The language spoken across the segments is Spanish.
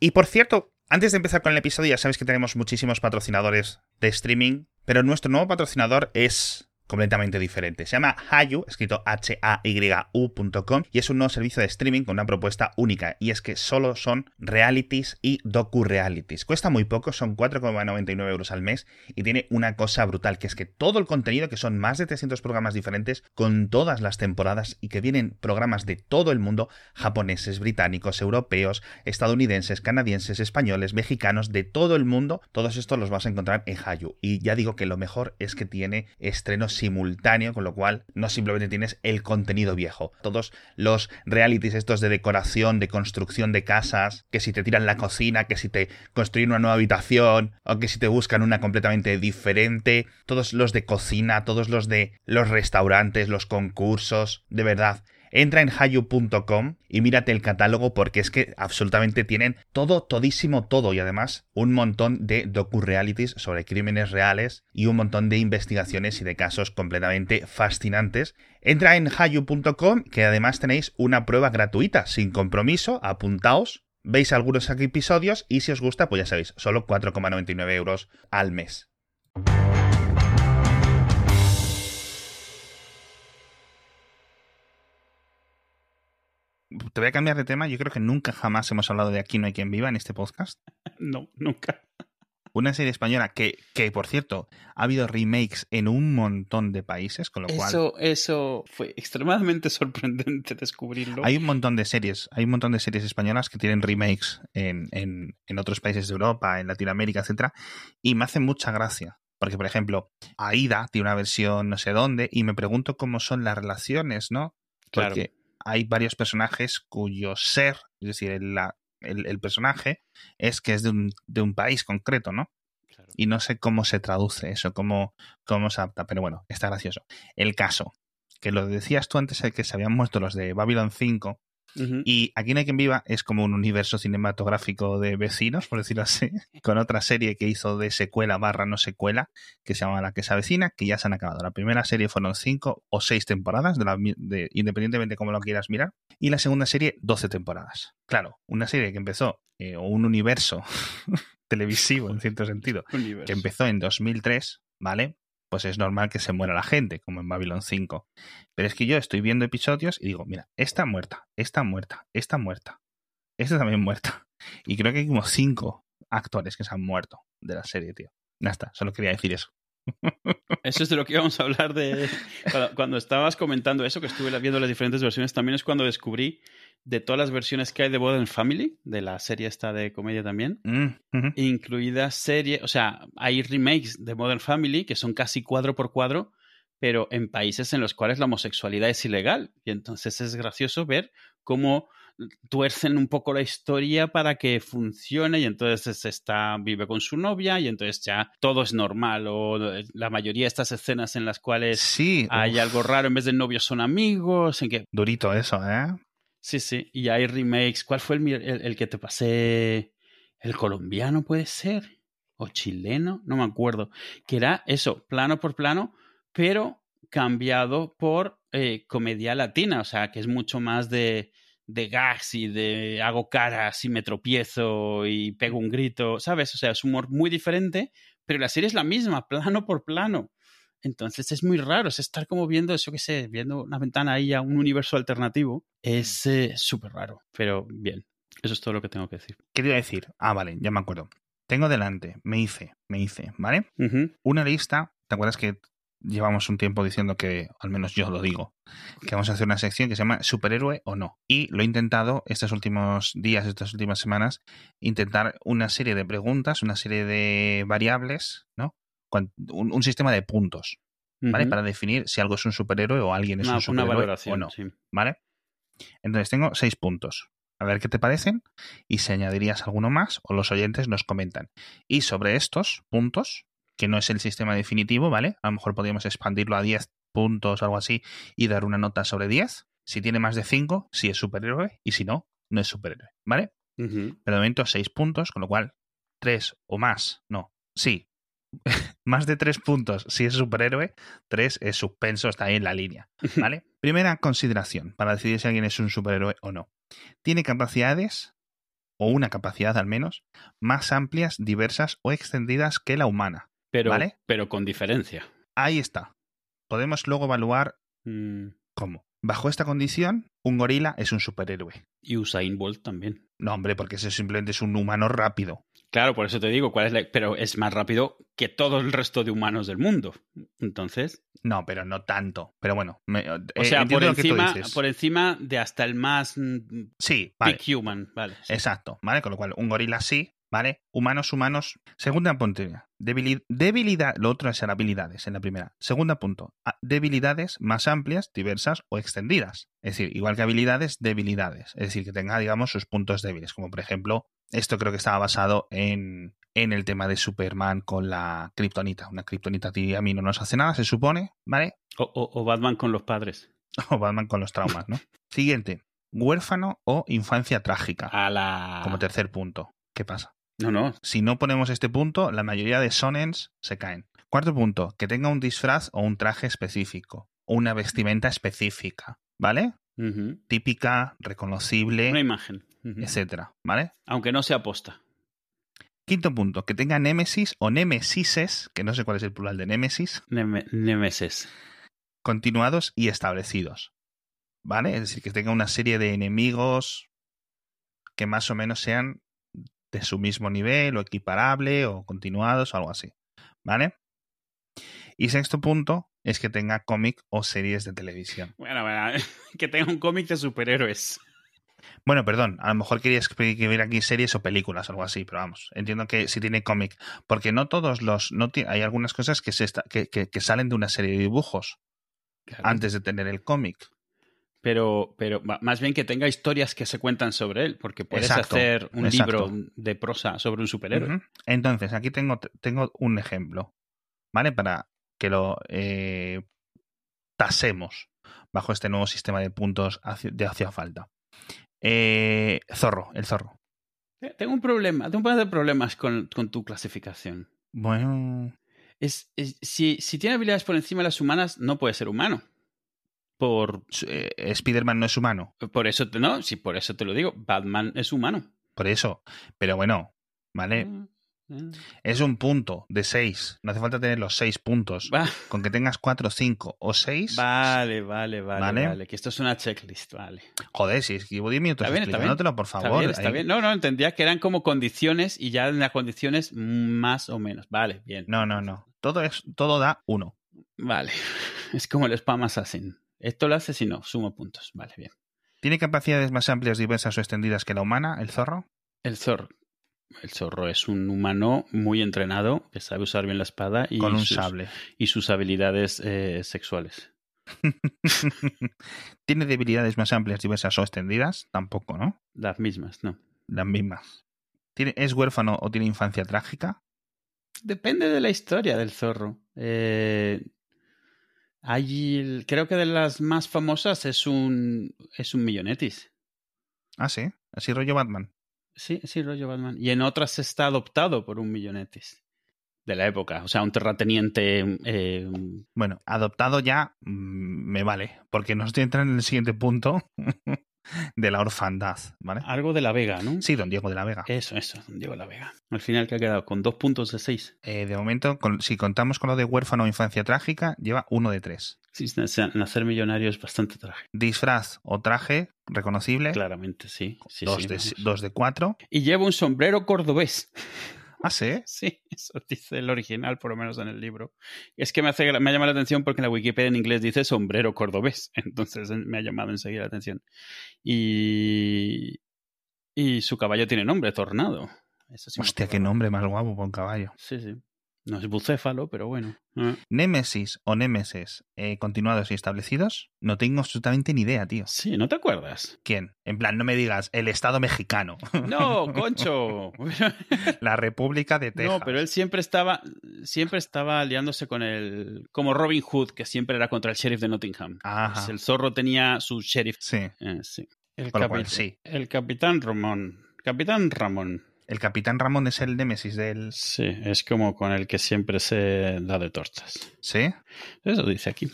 Y por cierto, antes de empezar con el episodio, ya sabéis que tenemos muchísimos patrocinadores de streaming, pero nuestro nuevo patrocinador es completamente diferente. Se llama Hayu, escrito H-A-Y-U.com, y es un nuevo servicio de streaming con una propuesta única, y es que solo son realities y docu-realities. Cuesta muy poco, son 4,99 euros al mes, y tiene una cosa brutal, que es que todo el contenido, que son más de 300 programas diferentes, con todas las temporadas, y que vienen programas de todo el mundo, japoneses, británicos, europeos, estadounidenses, canadienses, españoles, mexicanos, de todo el mundo, todos estos los vas a encontrar en Hayu. Y ya digo que lo mejor es que tiene estrenos simultáneo, con lo cual no simplemente tienes el contenido viejo. Todos los realities estos de decoración, de construcción de casas, que si te tiran la cocina, que si te construyen una nueva habitación, o que si te buscan una completamente diferente, todos los de cocina, todos los de los restaurantes, los concursos, de verdad. Entra en hayu.com y mírate el catálogo porque es que absolutamente tienen todo, todísimo todo y además un montón de docu-realities sobre crímenes reales y un montón de investigaciones y de casos completamente fascinantes. Entra en hayu.com que además tenéis una prueba gratuita sin compromiso, apuntaos. Veis algunos episodios y si os gusta, pues ya sabéis, solo 4,99 euros al mes. te voy a cambiar de tema. Yo creo que nunca jamás hemos hablado de Aquí no hay quien viva en este podcast. No, nunca. Una serie española que, que por cierto, ha habido remakes en un montón de países, con lo cual... Eso, eso fue extremadamente sorprendente descubrirlo. Hay un montón de series, hay un montón de series españolas que tienen remakes en, en, en otros países de Europa, en Latinoamérica, etcétera, y me hace mucha gracia. Porque, por ejemplo, Aida tiene una versión no sé dónde, y me pregunto cómo son las relaciones, ¿no? Claro. Porque hay varios personajes cuyo ser, es decir, el, la, el, el personaje, es que es de un, de un país concreto, ¿no? Claro. Y no sé cómo se traduce eso, cómo, cómo se adapta, pero bueno, está gracioso. El caso, que lo decías tú antes, que se habían muerto los de Babylon 5, Uh -huh. Y Aquí no hay quien viva es como un universo cinematográfico de vecinos, por decirlo así, con otra serie que hizo de secuela barra no secuela, que se llama La que se avecina, que ya se han acabado. La primera serie fueron cinco o seis temporadas, de la, de, independientemente de cómo lo quieras mirar, y la segunda serie, 12 temporadas. Claro, una serie que empezó, eh, o un universo televisivo en cierto sentido, universo. que empezó en 2003, ¿vale? pues es normal que se muera la gente, como en Babylon 5. Pero es que yo estoy viendo episodios y digo, mira, esta muerta, esta muerta, esta muerta, esta también muerta. Y creo que hay como cinco actores que se han muerto de la serie, tío. Ya está, solo quería decir eso. Eso es de lo que íbamos a hablar de cuando, cuando estabas comentando eso, que estuve viendo las diferentes versiones, también es cuando descubrí de todas las versiones que hay de Modern Family, de la serie esta de comedia también, mm, uh -huh. incluida serie, o sea, hay remakes de Modern Family que son casi cuadro por cuadro, pero en países en los cuales la homosexualidad es ilegal. Y entonces es gracioso ver cómo tuercen un poco la historia para que funcione y entonces está vive con su novia y entonces ya todo es normal o eh, la mayoría de estas escenas en las cuales sí, hay uf. algo raro en vez de novios son amigos en que durito eso eh sí sí y hay remakes cuál fue el, el, el que te pasé el colombiano puede ser o chileno no me acuerdo que era eso plano por plano pero cambiado por eh, comedia latina o sea que es mucho más de de gags y de hago caras y me tropiezo y pego un grito, ¿sabes? O sea, es humor muy diferente, pero la serie es la misma, plano por plano. Entonces es muy raro, es estar como viendo eso que sé, viendo una ventana ahí a un universo alternativo, es eh, súper raro, pero bien, eso es todo lo que tengo que decir. Quería decir, ah, vale, ya me acuerdo. Tengo delante, me hice, me hice, ¿vale? Uh -huh. Una lista, ¿te acuerdas que llevamos un tiempo diciendo que, al menos yo lo digo, que vamos a hacer una sección que se llama Superhéroe o no. Y lo he intentado estos últimos días, estas últimas semanas, intentar una serie de preguntas, una serie de variables, ¿no? Un, un sistema de puntos, ¿vale? Uh -huh. Para definir si algo es un superhéroe o alguien es una, un superhéroe una valoración, o no, sí. ¿vale? Entonces tengo seis puntos. A ver qué te parecen y si añadirías alguno más o los oyentes nos comentan. Y sobre estos puntos, que no es el sistema definitivo, ¿vale? A lo mejor podríamos expandirlo a 10 puntos, algo así, y dar una nota sobre 10. Si tiene más de 5, sí es superhéroe, y si no, no es superhéroe, ¿vale? Uh -huh. Pero de momento 6 puntos, con lo cual 3 o más, no, sí. más de 3 puntos si es superhéroe, 3 es suspenso, está ahí en la línea, ¿vale? Primera consideración para decidir si alguien es un superhéroe o no. Tiene capacidades o una capacidad al menos, más amplias, diversas o extendidas que la humana. Pero, ¿Vale? pero con diferencia. Ahí está. Podemos luego evaluar Mm, cómo. Bajo esta condición, un gorila es un superhéroe. Y Usain Bolt también. No, hombre, porque eso simplemente es un humano rápido. Claro, por eso te digo, cuál es la- pero es más rápido que todo el resto de humanos del mundo. Entonces, No, pero no tanto. Pero bueno, me- o eh, sea, por entiendo lo que tú encima, dices. por e-, encima de hasta el más mm, Sí, vale. big human, vale. sí. Exacto, ¿vale? Con lo cual, un gorila sí, ¿vale? Humanos, humanos. Segunda puntería. Debilidad, debilidad. Lo otro es ser habilidades en la primera. Segunda punto. a- Debilidades más amplias, diversas o extendidas. Es decir, igual que habilidades, debilidades. Es decir, que tenga, digamos, sus puntos débiles. Como por ejemplo, esto creo que estaba basado en, en el tema de Superman con la kriptonita. Una kriptonita a ti y a mí no nos hace nada, se supone, ¿vale? O, o- o Batman con los padres. O Batman con los traumas, ¿no? Siguiente. Huérfano o infancia trágica. A la... Como tercer punto. ¿Qué pasa? No, no. Si no ponemos este punto, la mayoría de sonens se caen. Cuarto punto, que tenga un disfraz o un traje específico, o una vestimenta específica, ¿vale? Ujú. Típica, reconocible, Una imagen. Ujú. etcétera, ¿vale? Aunque no sea posta. Quinto punto, que tenga némesis o némesises, que no sé cuál es el plural de némesis, Neme- Nemesis. continuados y establecidos, ¿vale? Es decir, que tenga una serie de enemigos que más o menos sean de su mismo nivel o equiparable o continuados o algo así, ¿vale? Y sexto punto es que tenga cómic o series de televisión. Bueno, bueno, que tenga un cómic de superhéroes. Bueno, perdón, a lo mejor querías que hubiera aquí series o películas o algo así, pero vamos, entiendo que si tiene cómic, porque no todos los, no ti- hay algunas cosas que, se esta- que- que- que salen de una serie de dibujos antes de tener el cómic. Pero, pero va- más bien que tenga historias que se cuentan sobre él, porque puedes Exacto, hacer un exacto. libro de prosa sobre un superhéroe. Ujú. Entonces, aquí tengo, tengo un ejemplo, ¿vale? Para que lo eh, tasemos bajo este nuevo sistema de puntos hacia- de hacía falta. Eh, zorro, el zorro. Eh, Tengo un problema, tengo un par de problemas con, con tu clasificación. Bueno, Es, es- si, si tiene habilidades por encima de las humanas, no puede ser humano. Por, su- eh, Spider-Man no es humano, por eso, te- no, si por eso te lo digo, Batman es humano. por eso. Pero bueno, ¿vale? Ah, ah. Es un punto de 6. No hace falta tener los 6 puntos. Va- Con que tengas 4, 5 o 6. Vale, vale, vale, ¿Vale? vale, Que esto es una checklist, vale. Joder, si es que llevo 10 minutos Está bien, está bien. explicándotelo, por favor. está bien, está Ahí- bien. No, no, entendía que eran como condiciones y ya en las condiciones más o menos. Vale, bien. No, no, no. Todo, es, todo da 1. Vale. Es como el spam assassin. Esto lo hace si no, suma puntos. Vale, bien. ¿Tiene capacidades más amplias, diversas o extendidas que la humana, el zorro? El zorro. El zorro es un humano muy entrenado que sabe usar bien la espada y, Con un sus, sable. y sus habilidades eh, sexuales. ¿Tiene debilidades más amplias, diversas o extendidas? Tampoco, ¿no? Las mismas, ¿no? Las mismas. ¿Tiene, ¿Es huérfano o tiene infancia trágica? Depende de la historia del zorro. Eh, hay el- creo que de las más famosas es un, es un millonetis. Ah, sí. Así rollo Batman. Sí, sí, rollo Batman. Y en otras está adoptado por un millonetis de la época. O sea, un terrateniente. eh, Bueno, adoptado ya mm, me vale, porque nos entra en el siguiente punto de la orfandad, ¿vale? algo de la Vega, ¿no? Sí, don Diego de la Vega. Eso, eso, don Diego la Vega. Al final que ha quedado con dos puntos de seis. Eh, de momento, con- si contamos con lo de huérfano o infancia trágica, lleva uno de tres. Sí, o sea, nacer millonario es bastante trágico. Disfraz o traje reconocible, Claramente, sí. sí, ¿Eh? dos, sí, de, vamos. dos de cuatro. Y lleva un sombrero cordobés. Ah, sí. Sí, eso dice el original, por lo menos en el libro. Es que me, hace, gra- me ha llamado la atención porque en la Wikipedia en inglés dice sombrero cordobés, entonces en- me ha llamado enseguida la atención. Y, y su caballo tiene nombre, Tornado. Eso sí me Hostia, qué acordaba. nombre más guapo para un caballo. Sí, sí. No es bucéfalo, pero bueno. Ah, Némesis o Némesis eh, continuados y establecidos, no tengo absolutamente ni idea, tío. Sí, ¿no te acuerdas? ¿Quién? En plan, no me digas, el Estado mexicano, No, concho. la República de Texas. No, pero él siempre estaba, siempre estaba aliándose con el, como Robin Hood, que siempre era contra el sheriff de Nottingham. Ajá. Pues el zorro tenía su sheriff Sí. Eh, sí. El, Con lo cual, capit- sí. el capitán Ramón. Capitán Ramón. El Capitán Ramón es el némesis del... Sí, es como con el que siempre se da de tortas. ¿Sí? Eso dice aquí.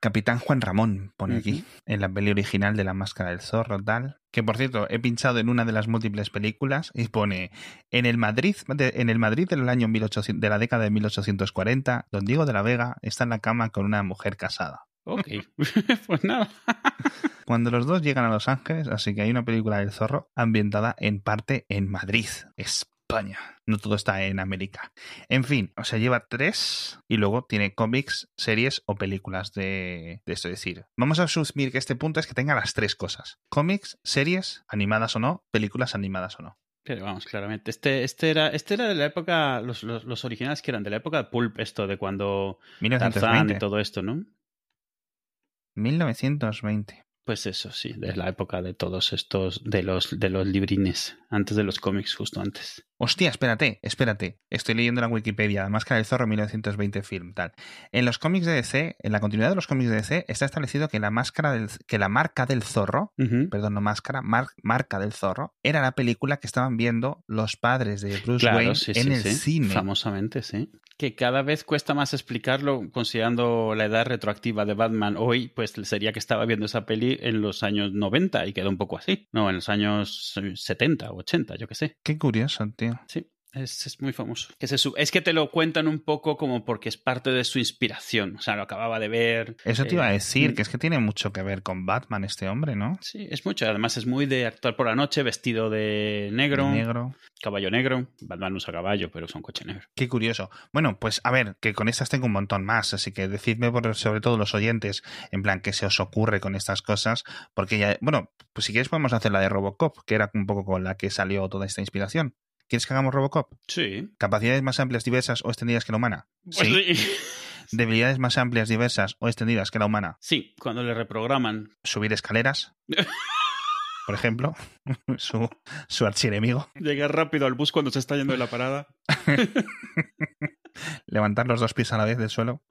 Capitán Juan Ramón, pone aquí, en la peli original de La Máscara del Zorro, tal. Que por cierto, he pinchado en una de las múltiples películas y pone en el Madrid, de- en el Madrid del año 1800, de la década de 1840, don Diego de la Vega está en la cama con una mujer casada. Ok, pues nada. Cuando los dos llegan a Los Ángeles, así que hay una película del zorro ambientada en parte en Madrid, España. No todo está en América. En fin, o sea, lleva tres y luego tiene cómics, series o películas de, de esto. Es decir, vamos a asumir que este punto es que tenga las tres cosas. Cómics, series, animadas o no, películas animadas o no. Pero vamos, claramente. Este, este, era, este era de la época, los, los, los originales que eran de la época de Pulp, esto de cuando Tarzán 1920. y todo esto, ¿no? 1920. Pues eso, sí, de la época de todos estos, de los, de los librines, antes de los cómics, justo antes. Hostia, espérate, espérate. Estoy leyendo la Wikipedia, La Máscara del Zorro 1920 film, tal. En los cómics de DC, en la continuidad de los cómics de DC, está establecido que la máscara del, que la marca del zorro, Ujú. perdón, no máscara, mar- marca del zorro, era la película que estaban viendo los padres de Bruce Claro, Wayne sí, en sí, el sí. cine. Famosamente, sí. Que cada vez cuesta más explicarlo, considerando la edad retroactiva de Batman hoy, pues sería que estaba viendo esa peli en los años 90 y quedó un poco así. No, en los años eh, 70 o 80, yo qué sé. Qué curioso, tío. Sí, es, es muy famoso. Que se su- es que te lo cuentan un poco como porque es parte de su inspiración. O sea, lo acababa de ver. Eso te iba a eh, decir, mm. que es que tiene mucho que ver con Batman este hombre, ¿no? Sí, es mucho. Además, es muy de actuar por la noche, vestido de negro, De negro. caballo negro. Batman usa caballo, pero usa un coche negro. Qué curioso. Bueno, pues a ver, que con estas tengo un montón más, así que decidme por- sobre todo los oyentes, en plan, qué se os ocurre con estas cosas, porque ya, bueno, pues si quieres podemos hacer la de Robocop, que era un poco con la que salió toda esta inspiración. ¿Quieres que hagamos Robocop? Sí. ¿Capacidades más amplias, diversas o extendidas que la humana? Pues Sí. sí. ¿Debilidades más amplias, diversas o extendidas que la humana? Sí, cuando le reprograman. ¿Subir escaleras? Por ejemplo, su, su archienemigo. Llegar rápido al bus cuando se está yendo de la parada. Levantar los dos pies a la vez del suelo.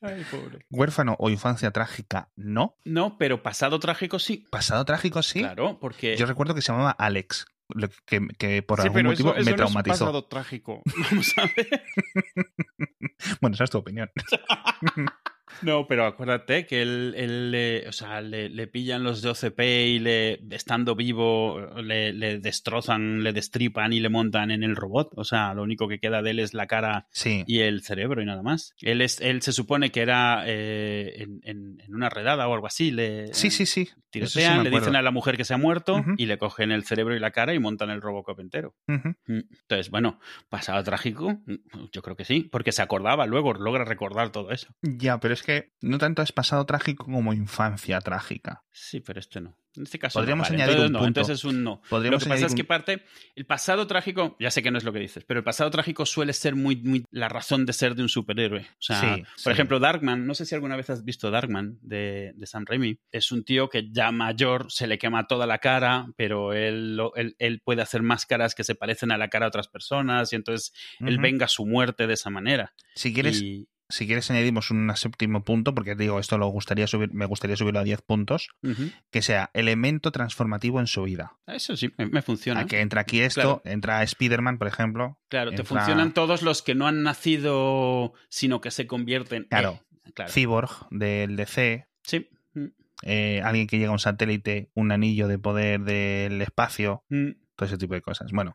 Ay, pobre. ¿Huérfano o infancia trágica? No. No, pero pasado trágico sí. ¿Pasado trágico? Sí. Claro, porque. Yo recuerdo que se llamaba Alex, lo que, que por Eh, Sí, algún pero motivo eso- eso me no es traumatizó. pasado trágico. Vamos a ver. Bueno, esa es tu opinión. No, pero acuérdate que él, él le, o sea, le, le pillan los de OCP y le, estando vivo, le, le destrozan, le destripan y le montan en el robot. O sea, lo único que queda de él es la cara Sí. y el cerebro y nada más. Él, es, él se supone que era eh, en, en- en una redada o algo así. Le, Sí, sí, sí. Eso sí me Tirotean, le acuerdo. dicen a la mujer que se ha muerto Ujú. y le cogen el cerebro y la cara y montan el Robocop entero. Ujú. Mm. Entonces, bueno, pasado trágico, Mm, yo creo que sí, porque se acordaba luego, logra recordar todo eso. Ya, pero es que no tanto es pasado trágico como infancia trágica. Sí, pero este no. En este caso, no. Podríamos Vale, añadir entonces un no, punto. entonces es un no. Lo Podríamos que pasa añadir es que un- parte, el pasado trágico, ya sé que no es lo que dices, pero el pasado trágico suele ser muy, muy la razón de ser de un superhéroe. O sea, Sí, ah, por sí. ejemplo, Darkman, no sé si alguna vez has visto Darkman de, de Sam Raimi, es un tío que ya mayor se le quema toda la cara, pero él, lo- él, él puede hacer máscaras que se parecen a la cara de otras personas y entonces él Ujú. venga su muerte de esa manera. Si quieres, Y- si quieres añadimos un séptimo punto, porque te digo, esto lo gustaría subir, me gustaría subirlo a 10 puntos, Ujú. que sea elemento transformativo en su vida. Eso sí, me, me funciona. Aquí entra aquí esto, entra Spider-Man, por ejemplo. Claro, te Entra- funcionan todos los que no han nacido, sino que se convierten. Claro. Eh, claro. Cyborg del DC, Sí. eh, alguien que llega a un satélite, un anillo de poder del espacio. Mm. todo ese tipo de cosas. Bueno,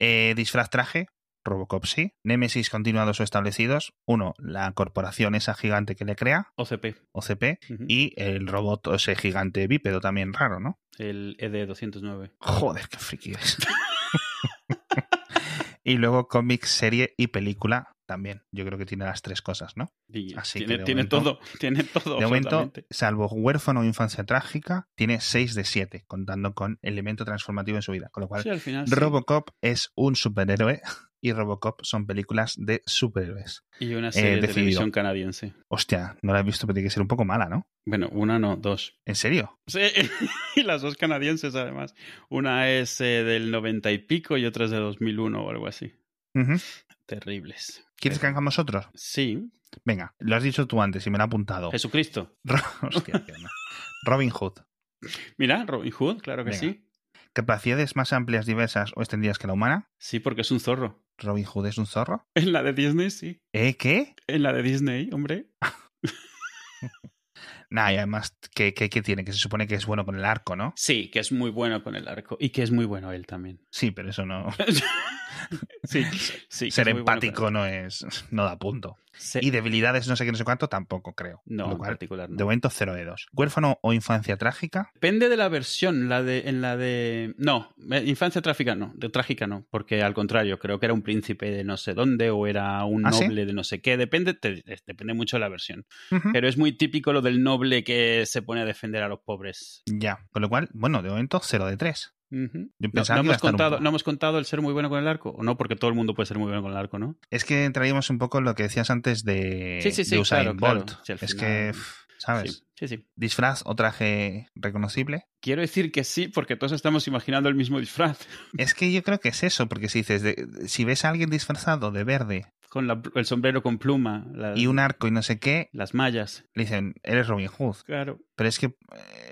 eh, disfraz traje, Robocop sí, Némesis continuados o establecidos, uno, la corporación esa gigante que le crea, OCP. OCP, Ujú. y el robot o ese gigante bípedo también raro, ¿no? El E ED209. Joder, qué friki eres. y luego cómic, serie y película también. Yo creo que tiene las tres cosas, ¿no? Y Así tiene, Ah, que de tiene momento- todo. Tiene todo. De momento, absolutamente. salvo huérfano o infancia trágica, tiene 6 de 7, contando con elemento transformativo en su vida. Con lo cual, Sí, al final. sí. Robocop es un superhéroe y Robocop son películas de superhéroes. Y una serie de decidido. televisión canadiense. Hostia, no la he visto, pero tiene que ser un poco mala, ¿no? Bueno, una no, dos. ¿En serio? Sí, y las dos canadienses además. Una es eh, del 90 y pico y otra es de 2001 o algo así. Ujú. Terribles. ¿Quieres que hagamos otros? Sí. Venga, lo has dicho tú antes y me lo ha apuntado. Jesucristo. Ro- Hostia, qué onda. Robin Hood. Mira, Robin Hood, claro que Venga. sí. Capacidades más amplias, diversas o extendidas que la humana. Sí, porque es un zorro. Robin Hood es un zorro. En la de Disney, sí. ¿Eh? ¿Qué? En la de Disney, hombre. Nah, y además, ¿qué, qué, qué tiene? Que se supone que es bueno con el arco, ¿no? Sí, que es muy bueno con el arco. Y que es muy bueno él también. Sí, pero eso no. Sí, sí. que ser es muy bueno con el empático arco. no es. No da punto. Se- Y debilidades, no sé qué, no sé cuánto, tampoco creo. No, Lo en cual, particular no. de momento, 0 de 2. Huérfano o infancia trágica. Depende de la versión, la de, en la de. No, eh, infancia trágica no, de trágica no, porque al contrario, creo que era un príncipe de no sé dónde o era un ¿Ah, sí? noble de no sé qué, depende, te- te- depende mucho de la versión. Ujú. Pero es muy típico lo del noble que se pone a defender a los pobres. Ya. Con lo cual, bueno, de momento, 0 de 3. Ujú. Yo No, pensaba no que iba a estar hemos un contado, poco- no hemos contado el ser muy bueno con el arco, o no, porque todo el mundo puede ser muy bueno con el arco, ¿no? Es que traíamos un poco lo que decías antes de, Sí, sí, sí, de Usain claro, claro. Bolt. Sí, al es final- que, pff, ¿sabes? Sí, sí, sí. Disfraz o traje reconocible. Quiero decir que sí, porque todos estamos imaginando el mismo disfraz, Es que yo creo que es eso, porque si dices, de- si ves a alguien disfrazado de verde con la- el sombrero con pluma, la- y un arco y no sé qué, las mallas. le dicen, eres Robin Hood. Claro. Pero es que eh,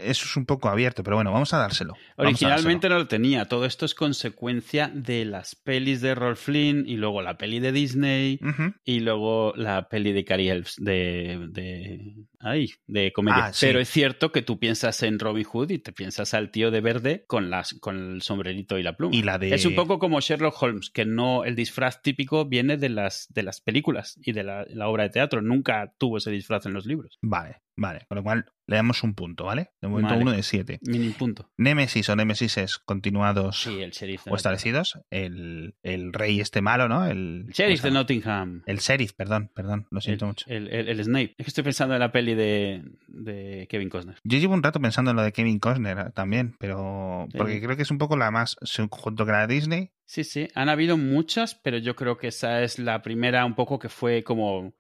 eso es un poco abierto, pero bueno, vamos a dárselo. Vamos a Originalmente no lo tenía. Todo esto es consecuencia de las pelis de Rolf Flynn y luego la peli de Disney dárselo. Ujú. y luego la peli de Cary Elves de, de, ay, de comedia. Ah, sí. Pero es cierto que tú piensas en Robin Hood y te piensas al tío de verde con, las, con el sombrerito y la pluma. Y la de... Es un poco como Sherlock Holmes, que no el disfraz típico viene de las, de las películas y de la, la obra de teatro. Nunca tuvo ese disfraz en los libros. Vale, vale. Con lo cual le damos un punto, ¿vale? De momento Vale. uno de siete. Mini punto. Némesis o Némesis es continuados Sí, el sheriff. de o establecidos. El, el rey este malo, ¿no? El, Nottingham. El sheriff ¿cómo de se llama? Nottingham. El sheriff, perdón, perdón, lo siento el, mucho. El, el- el Snape. Es que estoy pensando en la peli de, de Kevin Costner. Yo llevo un rato pensando en lo de Kevin Costner eh, también, pero Sí. porque creo que es un poco la más se- junto con la de Disney. Sí, sí. Han habido muchas, pero yo creo que esa es la primera un poco que fue como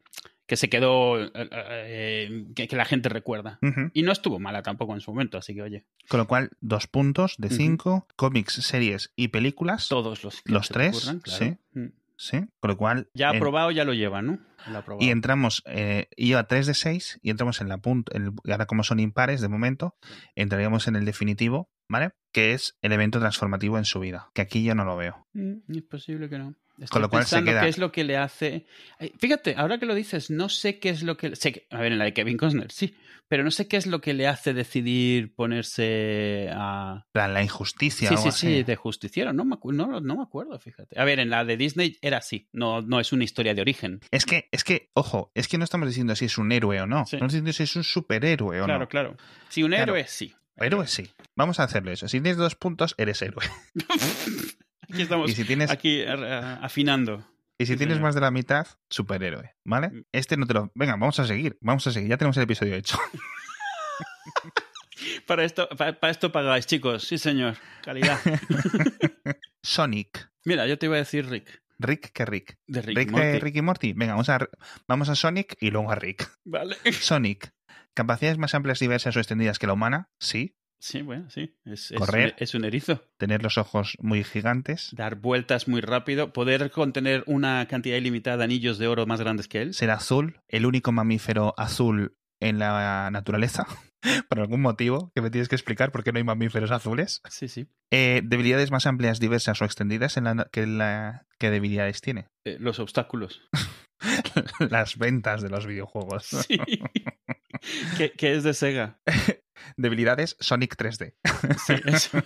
que se quedó, eh, eh, que, que la gente recuerda. Ujú. Y no estuvo mala tampoco en su momento, así que oye, Con lo cual, dos puntos de Ujú. cinco, cómics, series y películas. todos los que Los se tres, ocurran, Mm. Sí, con lo cual. Ya en- aprobado, ya lo lleva, ¿no? Lo ha aprobado. Y entramos, eh, y lleva 3 de 6, y entramos en la punta, ahora como son impares de momento, entraríamos en el definitivo, ¿vale? Que es el evento transformativo en su vida, que aquí yo no lo veo. Mm, es posible que no. Estoy Con lo cual se pensando queda- qué es lo que le hace. Ay, Fíjate, ahora que lo dices, no sé qué es lo que. sé que- A ver, en la de Kevin Costner, sí. Pero no sé qué es lo que le hace decidir ponerse a. En plan, La injusticia, Sí, algo sí, así. sí, de justiciero. No me, acu- no, lo- no me acuerdo, fíjate. A ver, en la de Disney era así. No, no es una historia de origen. Es que, es que, ojo, es que no estamos diciendo si es un héroe o no. Sí. No estamos diciendo si es un superhéroe o claro, no. claro. Si un Claro. héroe, sí. Héroe sí. Vamos a hacerlo eso. Si tienes dos puntos, eres héroe. Aquí estamos. Y si tienes, Aquí eh, afinando. y si sí, tienes señor. Mm. más de la mitad, superhéroe. ¿Vale? Este no te lo. Venga, vamos a seguir. Vamos a seguir. Ya tenemos el episodio hecho. Para esto, pa- para, esto pagáis, chicos. Sí, señor. Calidad. Sonic. Mira, yo te iba a decir Rick. Rick que Rick. De Rick, Rick Morty. de Rick y Morty. Venga, vamos a, vamos a Sonic y luego a Rick. Vale. Sonic. Capacidades más amplias, diversas o extendidas que la humana. Sí. Sí, bueno, sí. Es, es Correr. un- es un erizo. Tener los ojos muy gigantes. Dar vueltas muy rápido. Poder contener una cantidad ilimitada de anillos de oro más grandes que él. Ser azul. El único mamífero azul en la naturaleza. Por algún motivo que me tienes que explicar por qué no hay mamíferos azules. Sí, sí. Eh, debilidades más amplias, diversas o extendidas en la, que, la, que debilidades tiene. Eh, los obstáculos. Las ventas de los videojuegos. Sí. que, que es de Sega. Debilidades Sonic 3D. Sí, eso.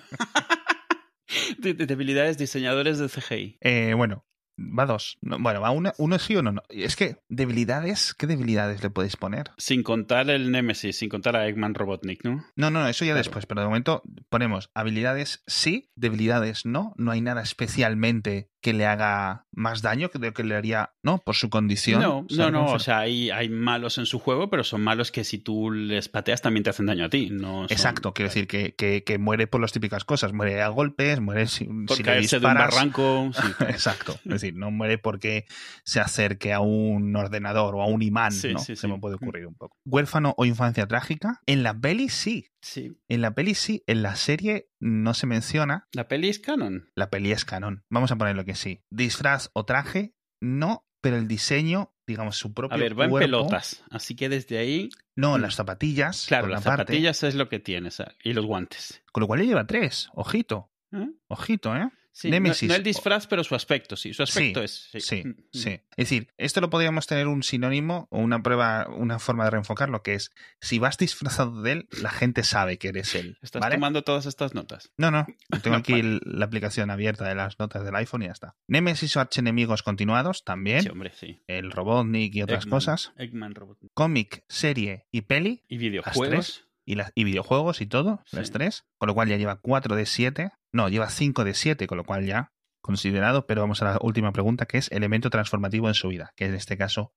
De- de- debilidades diseñadores de CGI. Eh, bueno, va dos. No, bueno, va uno, uno sí o no, no. Es que debilidades, ¿qué debilidades le podéis poner? Sin contar el Nemesis, sin contar a Eggman Robotnik, ¿no? No, no, no, eso ya Claro. después, pero de momento ponemos habilidades sí, debilidades no. No hay nada especialmente que le haga más daño que lo que le haría, ¿no? Por su condición. No, no, ¿Sabes no. cómo O se- sea, hay, hay malos en su juego, pero son malos que si tú les pateas también te hacen daño a ti. No son- Exacto, quiero decir que, que- que muere por las típicas cosas. Muere a golpes, muere si, Por si le caerse de un disparas. barranco. sí. Exacto. Es decir, no muere porque se acerque a un ordenador o a un imán, Sí, ¿no? sí, Se sí. Mm. me puede ocurrir un poco. Huérfano o infancia trágica. En la peli sí. sí. En la peli sí. En la serie no se menciona. La peli es canon. La peli es canon. Vamos a ponerlo que sí. Disfraz o traje, no, pero el diseño digamos, su propio A ver, va en cuerpo. pelotas. Así que desde ahí, No, Mm. las zapatillas. claro, por las una parte. zapatillas es lo que tienes. ah, Y los guantes. Con lo cual le lleva tres. Ojito. ¿Eh? Ojito, ¿eh? Sí, no, Némesis. no el disfraz, pero su aspecto, sí. Su aspecto Sí, es. Sí, Sí, Mm, mm. sí. Es decir, esto lo podríamos tener un sinónimo o una prueba, una forma de reenfocarlo, que es si vas disfrazado de él, la gente sabe que eres él. Estás ¿vale? tomando todas estas notas. No, no. Tengo No, aquí el- la aplicación abierta de las notas del iPhone y ya está. Nemesis o archienemigos continuados también. Sí, hombre, sí. El Robotnik y otras Eggman, cosas. Eggman Robot. Cómic, serie y peli. Y Las videojuegos. Y, las, y videojuegos y todo, las Sí. tres. Con lo cual ya lleva 4 de 7. No, lleva 5 de 7, con lo cual ya considerado. Pero vamos a la última pregunta, que es elemento transformativo en su vida, que en este caso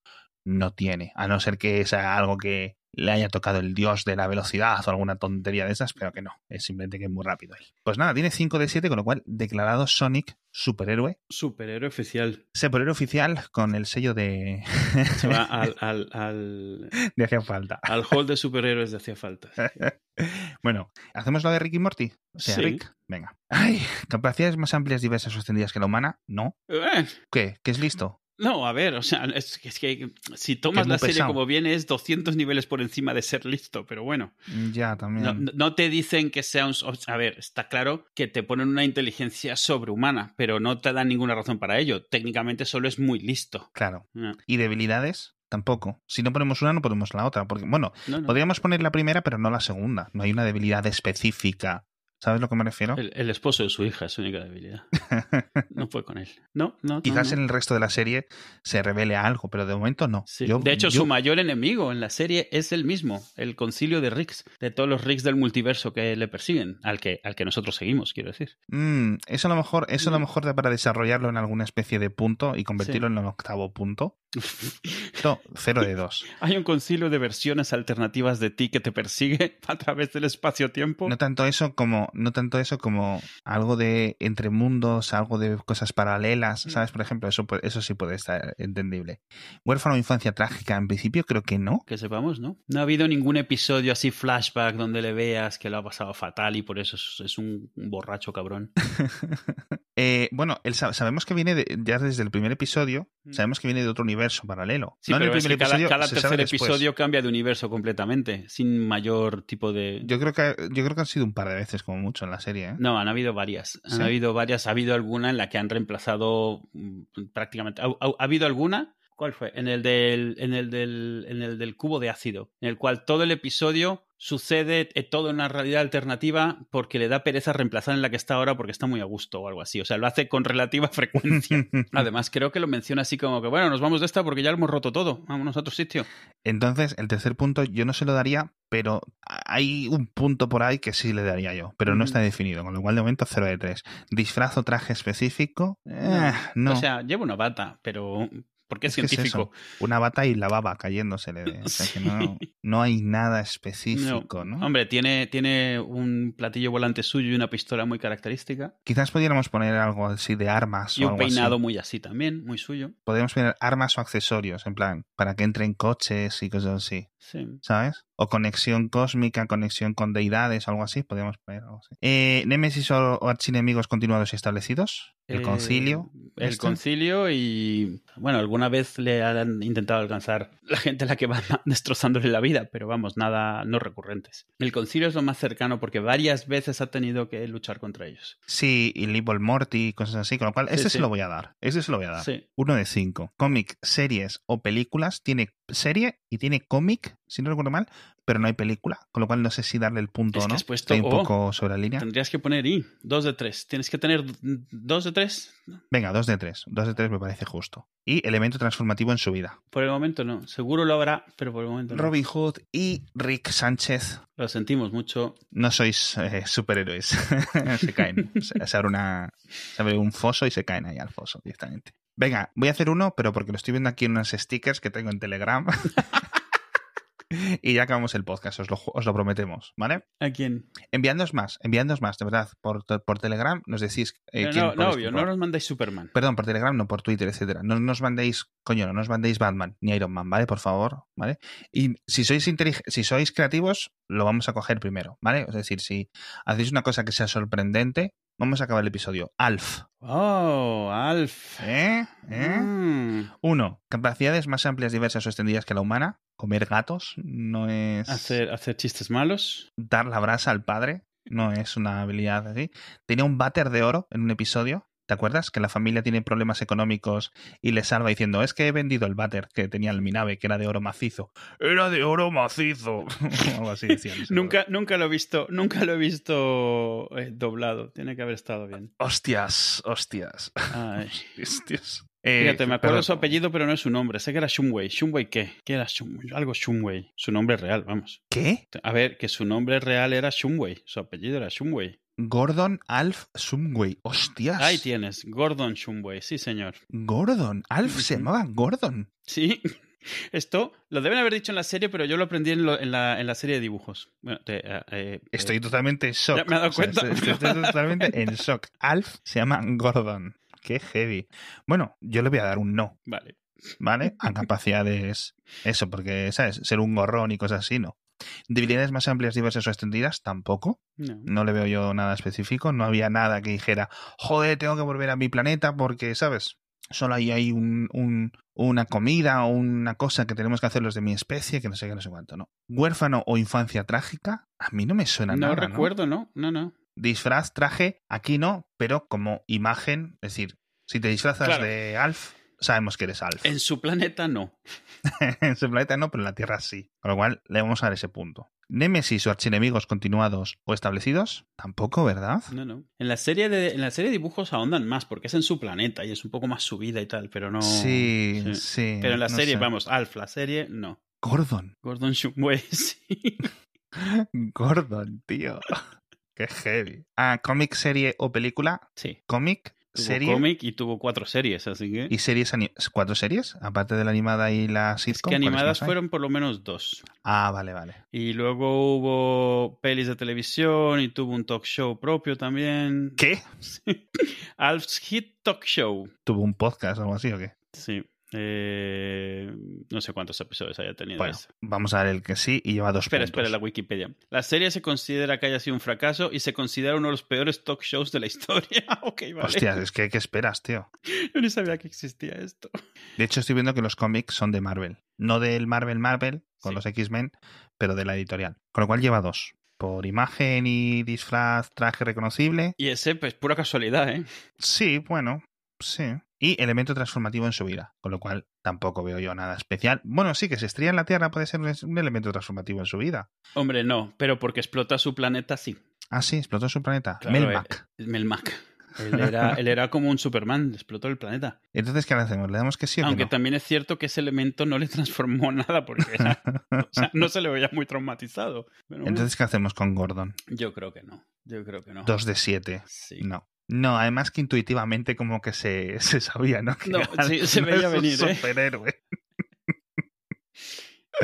no tiene. A no ser que sea algo que le haya tocado el dios de la velocidad o alguna tontería de esas, pero que no. Es simplemente que es muy rápido él. Pues nada, tiene 5 de 7, con lo cual declarado Sonic superhéroe. Superhéroe oficial. Superhéroe oficial con el sello de... Se va al, al, al, de hacía falta. al hall de superhéroes de hacía falta. Bueno, ¿hacemos lo de Rick y Morty? O sea, Sí. Rick, venga. Ay, capacidades más amplias, diversas, extendidas que la humana, no. Eh, ¿Qué? ¿Qué es listo? No, a ver, o sea, es, que- es que si tomas muy la serie pesado. como viene es 200 niveles por encima de ser listo, pero bueno, Ya, también. Mm. no, no te dicen que sea un... o sea, A ver, está claro que te ponen una inteligencia sobrehumana, pero no te dan ninguna razón para ello. Técnicamente solo es muy listo. Claro. No, ¿Y debilidades? Tampoco. Si no ponemos una, no ponemos la otra. Porque, bueno, no, no. podríamos poner la primera, pero no la segunda. No hay una debilidad específica. ¿Sabes a lo que me refiero? El, el esposo de su hija es su única debilidad. No fue con él. No, no. no, Quizás no. en el resto de la serie se revele algo, pero de momento no. Sí. Yo- de hecho, yo- su mayor enemigo en la serie es el mismo, el concilio de Ricks, de todos los Ricks del multiverso que le persiguen, al que, al que nosotros seguimos, quiero decir. Mm, eso a lo mejor, eso a lo Mm. mejor da para desarrollarlo en alguna especie de punto y convertirlo en un octavo punto. No, cero de dos. Hay un concilio de versiones alternativas de ti que te persigue a través del espacio-tiempo. No tanto eso como, no tanto eso como algo de entre mundos, algo de cosas paralelas, Mm. ¿sabes? Por ejemplo, eso, pu- eso sí puede estar entendible. Huérfano o infancia trágica, en principio creo que no. Que sepamos, ¿no? No ha habido ningún episodio así flashback donde le veas que lo ha pasado fatal y por eso es, es un borracho cabrón. Eh, bueno, el sa- sabemos que viene de- ya desde el primer episodio, Mm. sabemos que viene de otro universo paralelo. Sí, No en el pero es primer que cada, episodio, cada se sabe tercer después. episodio cambia de universo completamente, sin mayor tipo de... Yo creo que yo creo que han sido un par de veces como mucho en la serie, ¿eh? No, han habido varias. Han ¿Sí? habido varias. Ha habido alguna en la que han reemplazado mm, prácticamente. Ha, ha- ha habido alguna. ¿Cuál fue? En el, del, en, el del, en el del cubo de ácido, en el cual todo el episodio sucede eh, todo en una realidad alternativa porque le da pereza reemplazar en la que está ahora porque está muy a gusto o algo así. O sea, lo hace con relativa frecuencia. Mm. Además, creo que lo menciona así como que, bueno, nos vamos de esta porque ya lo hemos roto todo. Vámonos a otro sitio. Entonces, el tercer punto yo no se lo daría, pero hay un punto por ahí que sí le daría yo, pero no Ujú. está definido, con lo cual de momento 0 de 3. Disfraz o traje específico, Eh, no. O sea, llevo una bata, pero porque es, Es que es científico. Una bata y la baba cayéndosele. de- o sea que no, no hay nada específico, ¿no? Hombre, tiene, tiene un platillo volante suyo y una pistola muy característica. Quizás pudiéramos poner algo así de armas Y o un algo así. peinado muy así también, muy suyo. Podríamos poner armas o accesorios, en plan, para que entren coches y cosas así, Sí. ¿sabes? O conexión cósmica, conexión con deidades, algo así, podríamos poner algo así. Eh, Némesis o, o archienemigos continuados y establecidos. El Eh, concilio. El ¿Este? concilio y, bueno, alguna vez le han intentado alcanzar la gente a la que va destrozándole la vida, pero vamos, nada, no recurrentes. El concilio es lo más cercano porque varias veces ha tenido que luchar contra ellos. Sí, y Little Morty y cosas así, con lo cual Sí, este sí. se lo voy a dar. Este se lo voy a dar. Sí. Uno de cinco. Cómic, series o películas. Tiene serie y tiene cómic, si no recuerdo mal, pero no hay película, con lo cual no sé si darle el punto Es o que no. has puesto Estoy un O. poco sobre la línea. Tendrías que poner I, dos de tres. Tienes que tener dos de tres. Venga, dos de tres. Dos de tres me parece justo. Y elemento transformativo en su vida. Por el momento no. Seguro lo habrá, pero por el momento no. Robin Hood y Rick Sánchez. Lo sentimos mucho. No sois eh, superhéroes. se caen. Se, se abre una, se abre un foso y se caen ahí al foso directamente. Venga, voy a hacer uno, pero porque lo estoy viendo aquí en unos stickers que tengo en Telegram. y ya acabamos el podcast, os lo, ju- os lo prometemos, ¿vale? ¿A quién? Enviadnos más, enviadnos más, de verdad. Por, te- por Telegram nos decís. eh, Pero quién no, no, podéis obvio, no comprar. nos mandáis Superman. Perdón, por Telegram, no por Twitter, etcétera. No nos mandéis, coño, no nos mandéis Batman ni Iron Man, ¿vale? Por favor, ¿vale? Y si sois intelig- si sois creativos, lo vamos a coger primero, ¿vale? Es decir, si hacéis una cosa que sea sorprendente, Vamos a acabar el episodio. Alf. Oh, Alf. ¿Eh? ¿Eh? Mm. Uno, capacidades más amplias, diversas o extendidas que la humana. Comer gatos no es... Hacer, hacer chistes malos. Dar la brasa al padre no es una habilidad así. Tenía un váter de oro en un episodio. ¿Te acuerdas? Que la familia tiene problemas económicos y le salva diciendo, es que he vendido el váter que tenía en mi nave, que era de oro macizo. Era de oro macizo. Algo así decían. no sé. Nunca, nunca lo he visto, nunca lo he visto eh, doblado. Tiene que haber estado bien. Hostias, hostias. Ay. Hostias. Eh, Fíjate, me acuerdo perdón. su apellido, pero no es su nombre. Sé que era Shumway. ¿Shumway qué? ¿Qué era Shumway? Algo Shumway. Su nombre real, vamos. ¿Qué? A ver, que su nombre real era Shumway. Su apellido era Shumway. Gordon Alf Sumway. Hostias. Ahí tienes, Gordon Shumway. Sí, señor. Gordon. Alf se Ujú. llamaba Gordon. Sí. Esto lo deben haber dicho en la serie, pero yo lo aprendí en, lo- en la, en la serie de dibujos. Bueno, te- eh, eh, Estoy totalmente en shock. Ya me he dado O sea, Ah, cuenta. estoy, estoy- estoy totalmente en shock. Alf se llama Gordon. Qué heavy. Bueno, yo le voy a dar un no, Vale. ¿vale? A capacidades. Eso, porque, ¿sabes? Ser un gorrón y cosas así, no. Debilidades más amplias, diversas o extendidas, tampoco. No. No le veo yo nada específico. No había nada que dijera, joder, tengo que volver a mi planeta porque, ¿sabes? Solo ahí hay un, un- una comida o una cosa que tenemos que hacer los de mi especie, que no sé qué, no sé cuánto, ¿no? Huérfano o infancia trágica, a mí no me suena No nada. ¿no? recuerdo, ¿no? No, no. Disfraz, traje, aquí no, pero como imagen, es decir, si te disfrazas Claro. de Alf, sabemos que eres Alf. En su planeta no. en su planeta no, pero en la Tierra sí. Con lo cual, le vamos a dar ese punto. Némesis o archienemigos continuados o establecidos, tampoco, ¿verdad? No, no. En la serie de, en la serie de dibujos ahondan más, porque es en su planeta y es un poco más subida y tal, pero no. Sí, sí, sí. Pero en la no serie, sé. vamos, Alf, la serie, no. Gordon. ¿eh? Gordon Shumway, sí. Gordon, tío. Qué heavy. Ah, cómic, serie o película. Sí. Cómic, Tuvo serie cómic y tuvo cuatro series, así que. y series. ani- ¿Cuatro series? Aparte de la animada y la Es sitcom. que ¿cuáles animadas más hay? fueron por lo menos dos. Ah, vale, vale. Y luego hubo pelis de televisión y tuvo un talk show propio también. ¿Qué? Sí. Alf's Hit Talk Show. ¿Tuvo un podcast o algo así o qué? Sí. Eh, no sé cuántos episodios haya tenido. Bueno, ese. vamos a dar el que sí y lleva dos Espera, puntos. espera, la Wikipedia. La serie se considera que haya sido un fracaso y se considera uno de los peores talk shows de la historia. ok, vale. Hostias, es que ¿qué esperas, tío? Yo ni sabía que existía esto. De hecho, estoy viendo que los cómics son de Marvel. No del Marvel Marvel, con Sí. los X-Men, pero de la editorial. Con lo cual lleva dos. Por imagen y disfraz, traje reconocible. Y ese, pues, pura casualidad, ¿eh? Sí, bueno, sí. Y elemento transformativo en su vida, con lo cual tampoco veo yo nada especial. Bueno, sí, que se estrella en la Tierra puede ser un- un elemento transformativo en su vida. Hombre, no, pero porque explota su planeta, sí. Ah, sí, explotó su planeta. Claro, eh. Melmac. Melmac. Él era, él era como un Superman, explotó el planeta. Entonces, ¿qué le hacemos? ¿Le damos que sí o que Aunque no? también es cierto que ese elemento no le transformó nada porque era- o sea, no se le veía muy traumatizado. Pero bueno, Entonces, ¿qué hacemos con Gordon? yo creo que no. Yo creo que no. Dos de siete. Sí. No. No, además que intuitivamente como que se, se sabía, ¿no? Que No, era- sí, se no veía es un venir, ¿eh? superhéroe.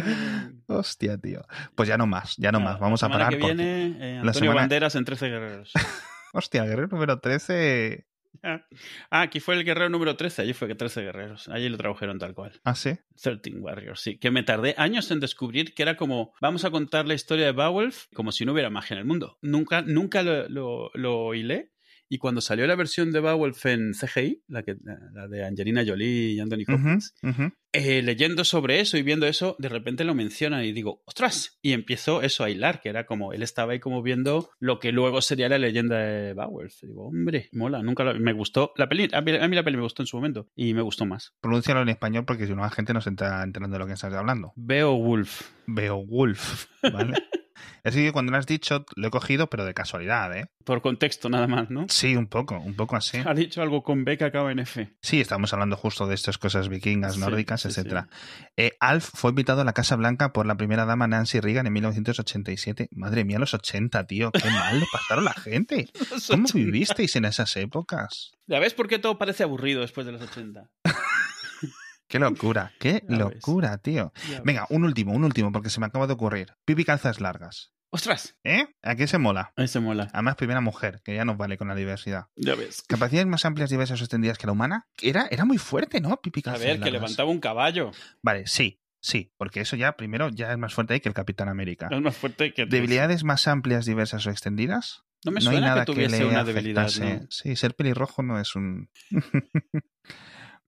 Mm, Hostia, tío. Pues ya no más, ya no nada, más. Vamos a la semana parar que porque- viene, eh, la Antonio semana- Banderas en 13 guerreros. Hostia, guerrero número 13. ah, aquí fue el guerrero número 13. Allí fue que 13 guerreros. Allí lo tradujeron tal cual. Ah, sí. 13 Warriors, sí. Que me tardé años en descubrir que era como, vamos a contar la historia de Beowulf como si no hubiera magia en el mundo. Nunca, nunca lo, lo, lo hilé. Y cuando salió la versión de Beowulf en CGI, la, que, la de Angelina Jolie y Anthony Hopkins, Ujú, ujú. eh, leyendo sobre eso y viendo eso, de repente lo mencionan y digo, ¡ostras! Y empiezo eso a hilar, que era como, él estaba ahí como viendo lo que luego sería la leyenda de Beowulf. Y digo, hombre, mola, nunca la- me gustó. La peli, a mí, a mí la peli me gustó en su momento y me gustó más. Pronúncialo en español porque si no la gente no se está enterando de lo que estás hablando. Beowulf. Beowulf, ¿vale? Así que cuando lo has dicho, lo he cogido, pero de casualidad, ¿eh? Por contexto nada más, ¿no? Sí, un poco, un poco así. Ha dicho algo con B que acaba en F. Sí, estamos hablando justo de estas cosas vikingas, Sí, nórdicas, sí, sí. etcétera. Eh, Alf fue invitado a la Casa Blanca por la primera dama Nancy Reagan en 1987. Madre mía, los 80, tío. Qué mal lo pasaron la gente. ¿Cómo vivisteis en esas épocas? ¿Ya ves por qué todo parece aburrido después de los 80? Qué locura, qué Ya ves. locura, tío. Ya Venga, ves. un último, un último, porque se me acaba de ocurrir. Pipi calzas largas. ¡Ostras! ¿Eh? Aquí se mola. Ese mola. Además, primera mujer, que ya nos vale con la diversidad. Ya ves. Capacidades más amplias, diversas o extendidas que la humana. Era, era muy fuerte, ¿no? Pipi A calzas ver, que largas. levantaba un caballo. Vale, sí, sí, porque eso ya primero ya es más fuerte ahí que el Capitán América. Es más fuerte que... Debilidades más amplias, diversas o extendidas. No me suena que tuviese una debilidad. ¿no? Sí, ser pelirrojo no es un.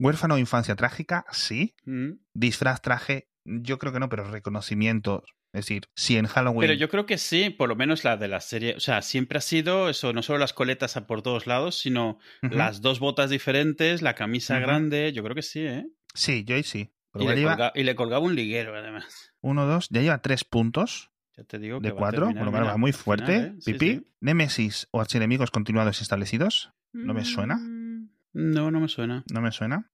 Huérfano o infancia trágica, sí. Mm. Disfraz, traje, yo creo que no, pero reconocimiento. Es decir, si en Halloween. Pero yo creo que sí, por lo menos la de la serie. O sea, siempre ha sido eso, no solo las coletas a por todos lados, sino Ujú. las dos botas diferentes, la camisa Ujú. grande. Yo creo que sí, ¿eh? Sí, yo ahí sí. Pero Y ya le, lleva colga- y le colgaba un liguero, además. uno, dos, ya lleva tres puntos Ya te digo que de va a cuatro, terminar, por lo menos mira, va muy al final, fuerte. ¿eh? Sí, Pipí, sí. Némesis o archienemigos continuados y establecidos, ¿No me suena? Mm, No, no me suena. no me suena.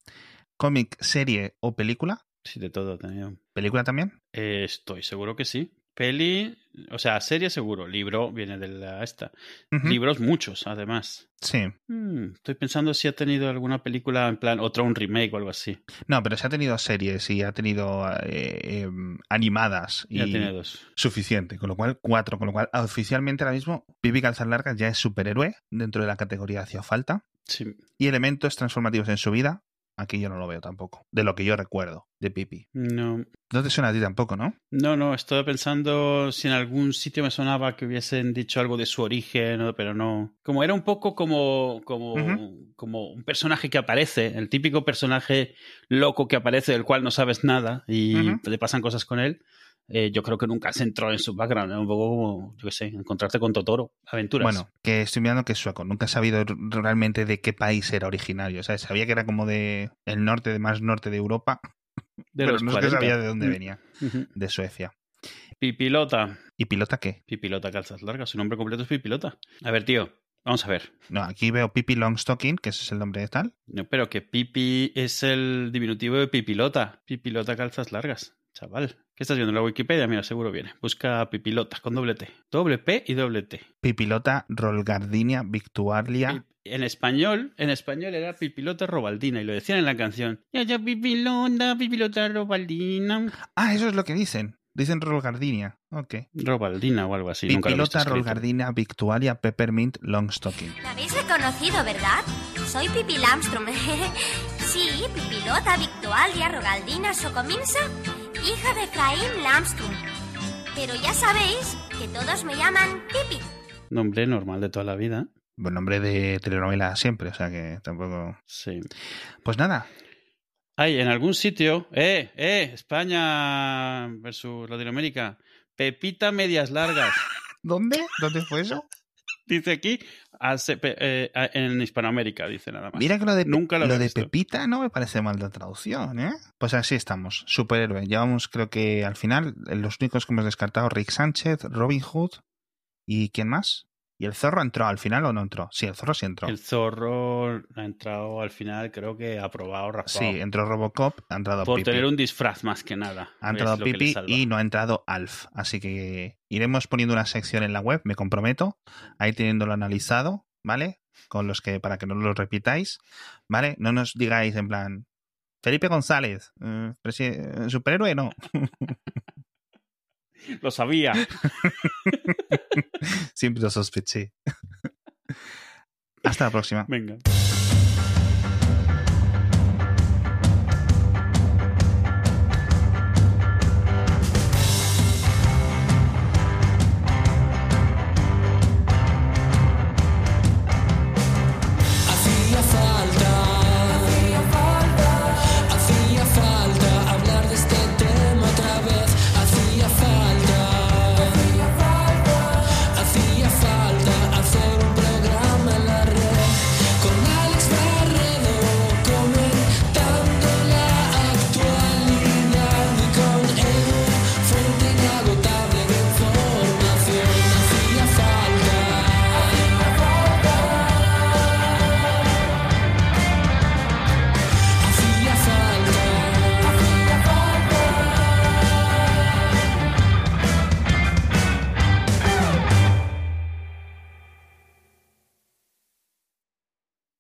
Cómic, serie o película, Sí, de todo he tenido. película también. Eh, estoy seguro que sí. Peli, o sea, serie seguro. Libro viene de la esta. Ujú, Libros muchos, además. Sí. Mm, estoy pensando si ha tenido alguna película en plan, otro un remake o algo así. No, pero se ha tenido series y ha tenido eh, em, animadas y Ya tiene dos. suficiente, con lo cual cuatro, con lo cual oficialmente ahora mismo Vivi Calzas Largas ya es superhéroe dentro de la categoría hacía falta. Sí, y elementos transformativos en su vida, aquí yo no lo veo tampoco, de lo que yo recuerdo de Pipi. no. No te suena a ti tampoco, ¿no? No, no, estaba pensando si en algún sitio me sonaba que hubiesen dicho algo de su origen, o- pero no. Como era un poco como, como, como un personaje que aparece, el típico personaje loco que aparece, del cual no sabes nada y Ujú. te pasan cosas con él. eh, yo creo que nunca se entró en su background. Era un poco como, yo qué sé, encontrarte con Totoro, aventuras. Bueno, que estoy mirando que es sueco. Nunca he sabido r- realmente de qué país era originario. ¿sabes? Sabía que era como de el norte, de más norte de Europa, de pero los no es que 40. sabía de dónde Mm. venía, Ujú. de Suecia. Pipilota. ¿Y pilota qué? Pipilota calzas largas. Su nombre completo es Pipilota. A ver, tío, vamos a ver. No, aquí veo Pipi Longstocking, que ese es el nombre de tal. No, pero que pipi es el diminutivo de pipilota. Pipilota calzas largas, chaval. ¿Qué estás viendo en la Wikipedia? Mira, seguro viene. Busca pipilota con doble T. Doble P y doble T. Pipilota Rolgardinia Victualia. Pi- En español, en español era pipilota robaldina y lo decían en la canción. Ya, ya, pipilota, pipilota robaldina. Ah, eso es lo que dicen. Dicen Rolgardinia. Ok. Robaldina o algo así. nunca lo he visto Pipilota escrito. Rolgardinia Victualia Peppermint Longstocking. Me habéis reconocido, ¿verdad? Soy Pipi Lamstrom. sí, Pipilota, Victualia, Rogaldina, Socominsa, hija de Efraín Lamstrom. Pero ya sabéis que todos me llaman Pipi. Nombre normal de toda la vida. Buen nombre de telenovela siempre, o sea que tampoco. Sí. Pues nada, Hay en algún sitio, eh, eh, España versus Latinoamérica. Pepita medias largas. ¿dónde? ¿Dónde fue eso? Dice aquí hace, pe- eh, a- en Hispanoamérica, dice nada más. Mira que lo de, Pe- Nunca lo lo había de visto. Pepita no me parece mal de traducción, ¿eh? Pues así estamos, superhéroe. Llevamos, creo que al final, eh, los únicos que hemos descartado: Rick Sánchez, Robin Hood y ¿quién más? ¿Y el zorro entró al final o no entró? Sí, el zorro sí entró. El zorro ha entrado al final, creo que aprobado, raspado. Sí, entró Robocop, ha entrado por Pipi. tener un disfraz más que nada. Ha Es entrado lo que le Pipi salva. y no ha entrado Alf. Así que iremos poniendo una sección en la web, me comprometo, ahí teniéndolo analizado, ¿vale? Con los que, para que no lo repitáis, ¿vale? No nos digáis en plan, Felipe González, eh, presi- eh, superhéroe, no. Lo sabía. Siempre lo sospeché. Hasta la próxima. Venga.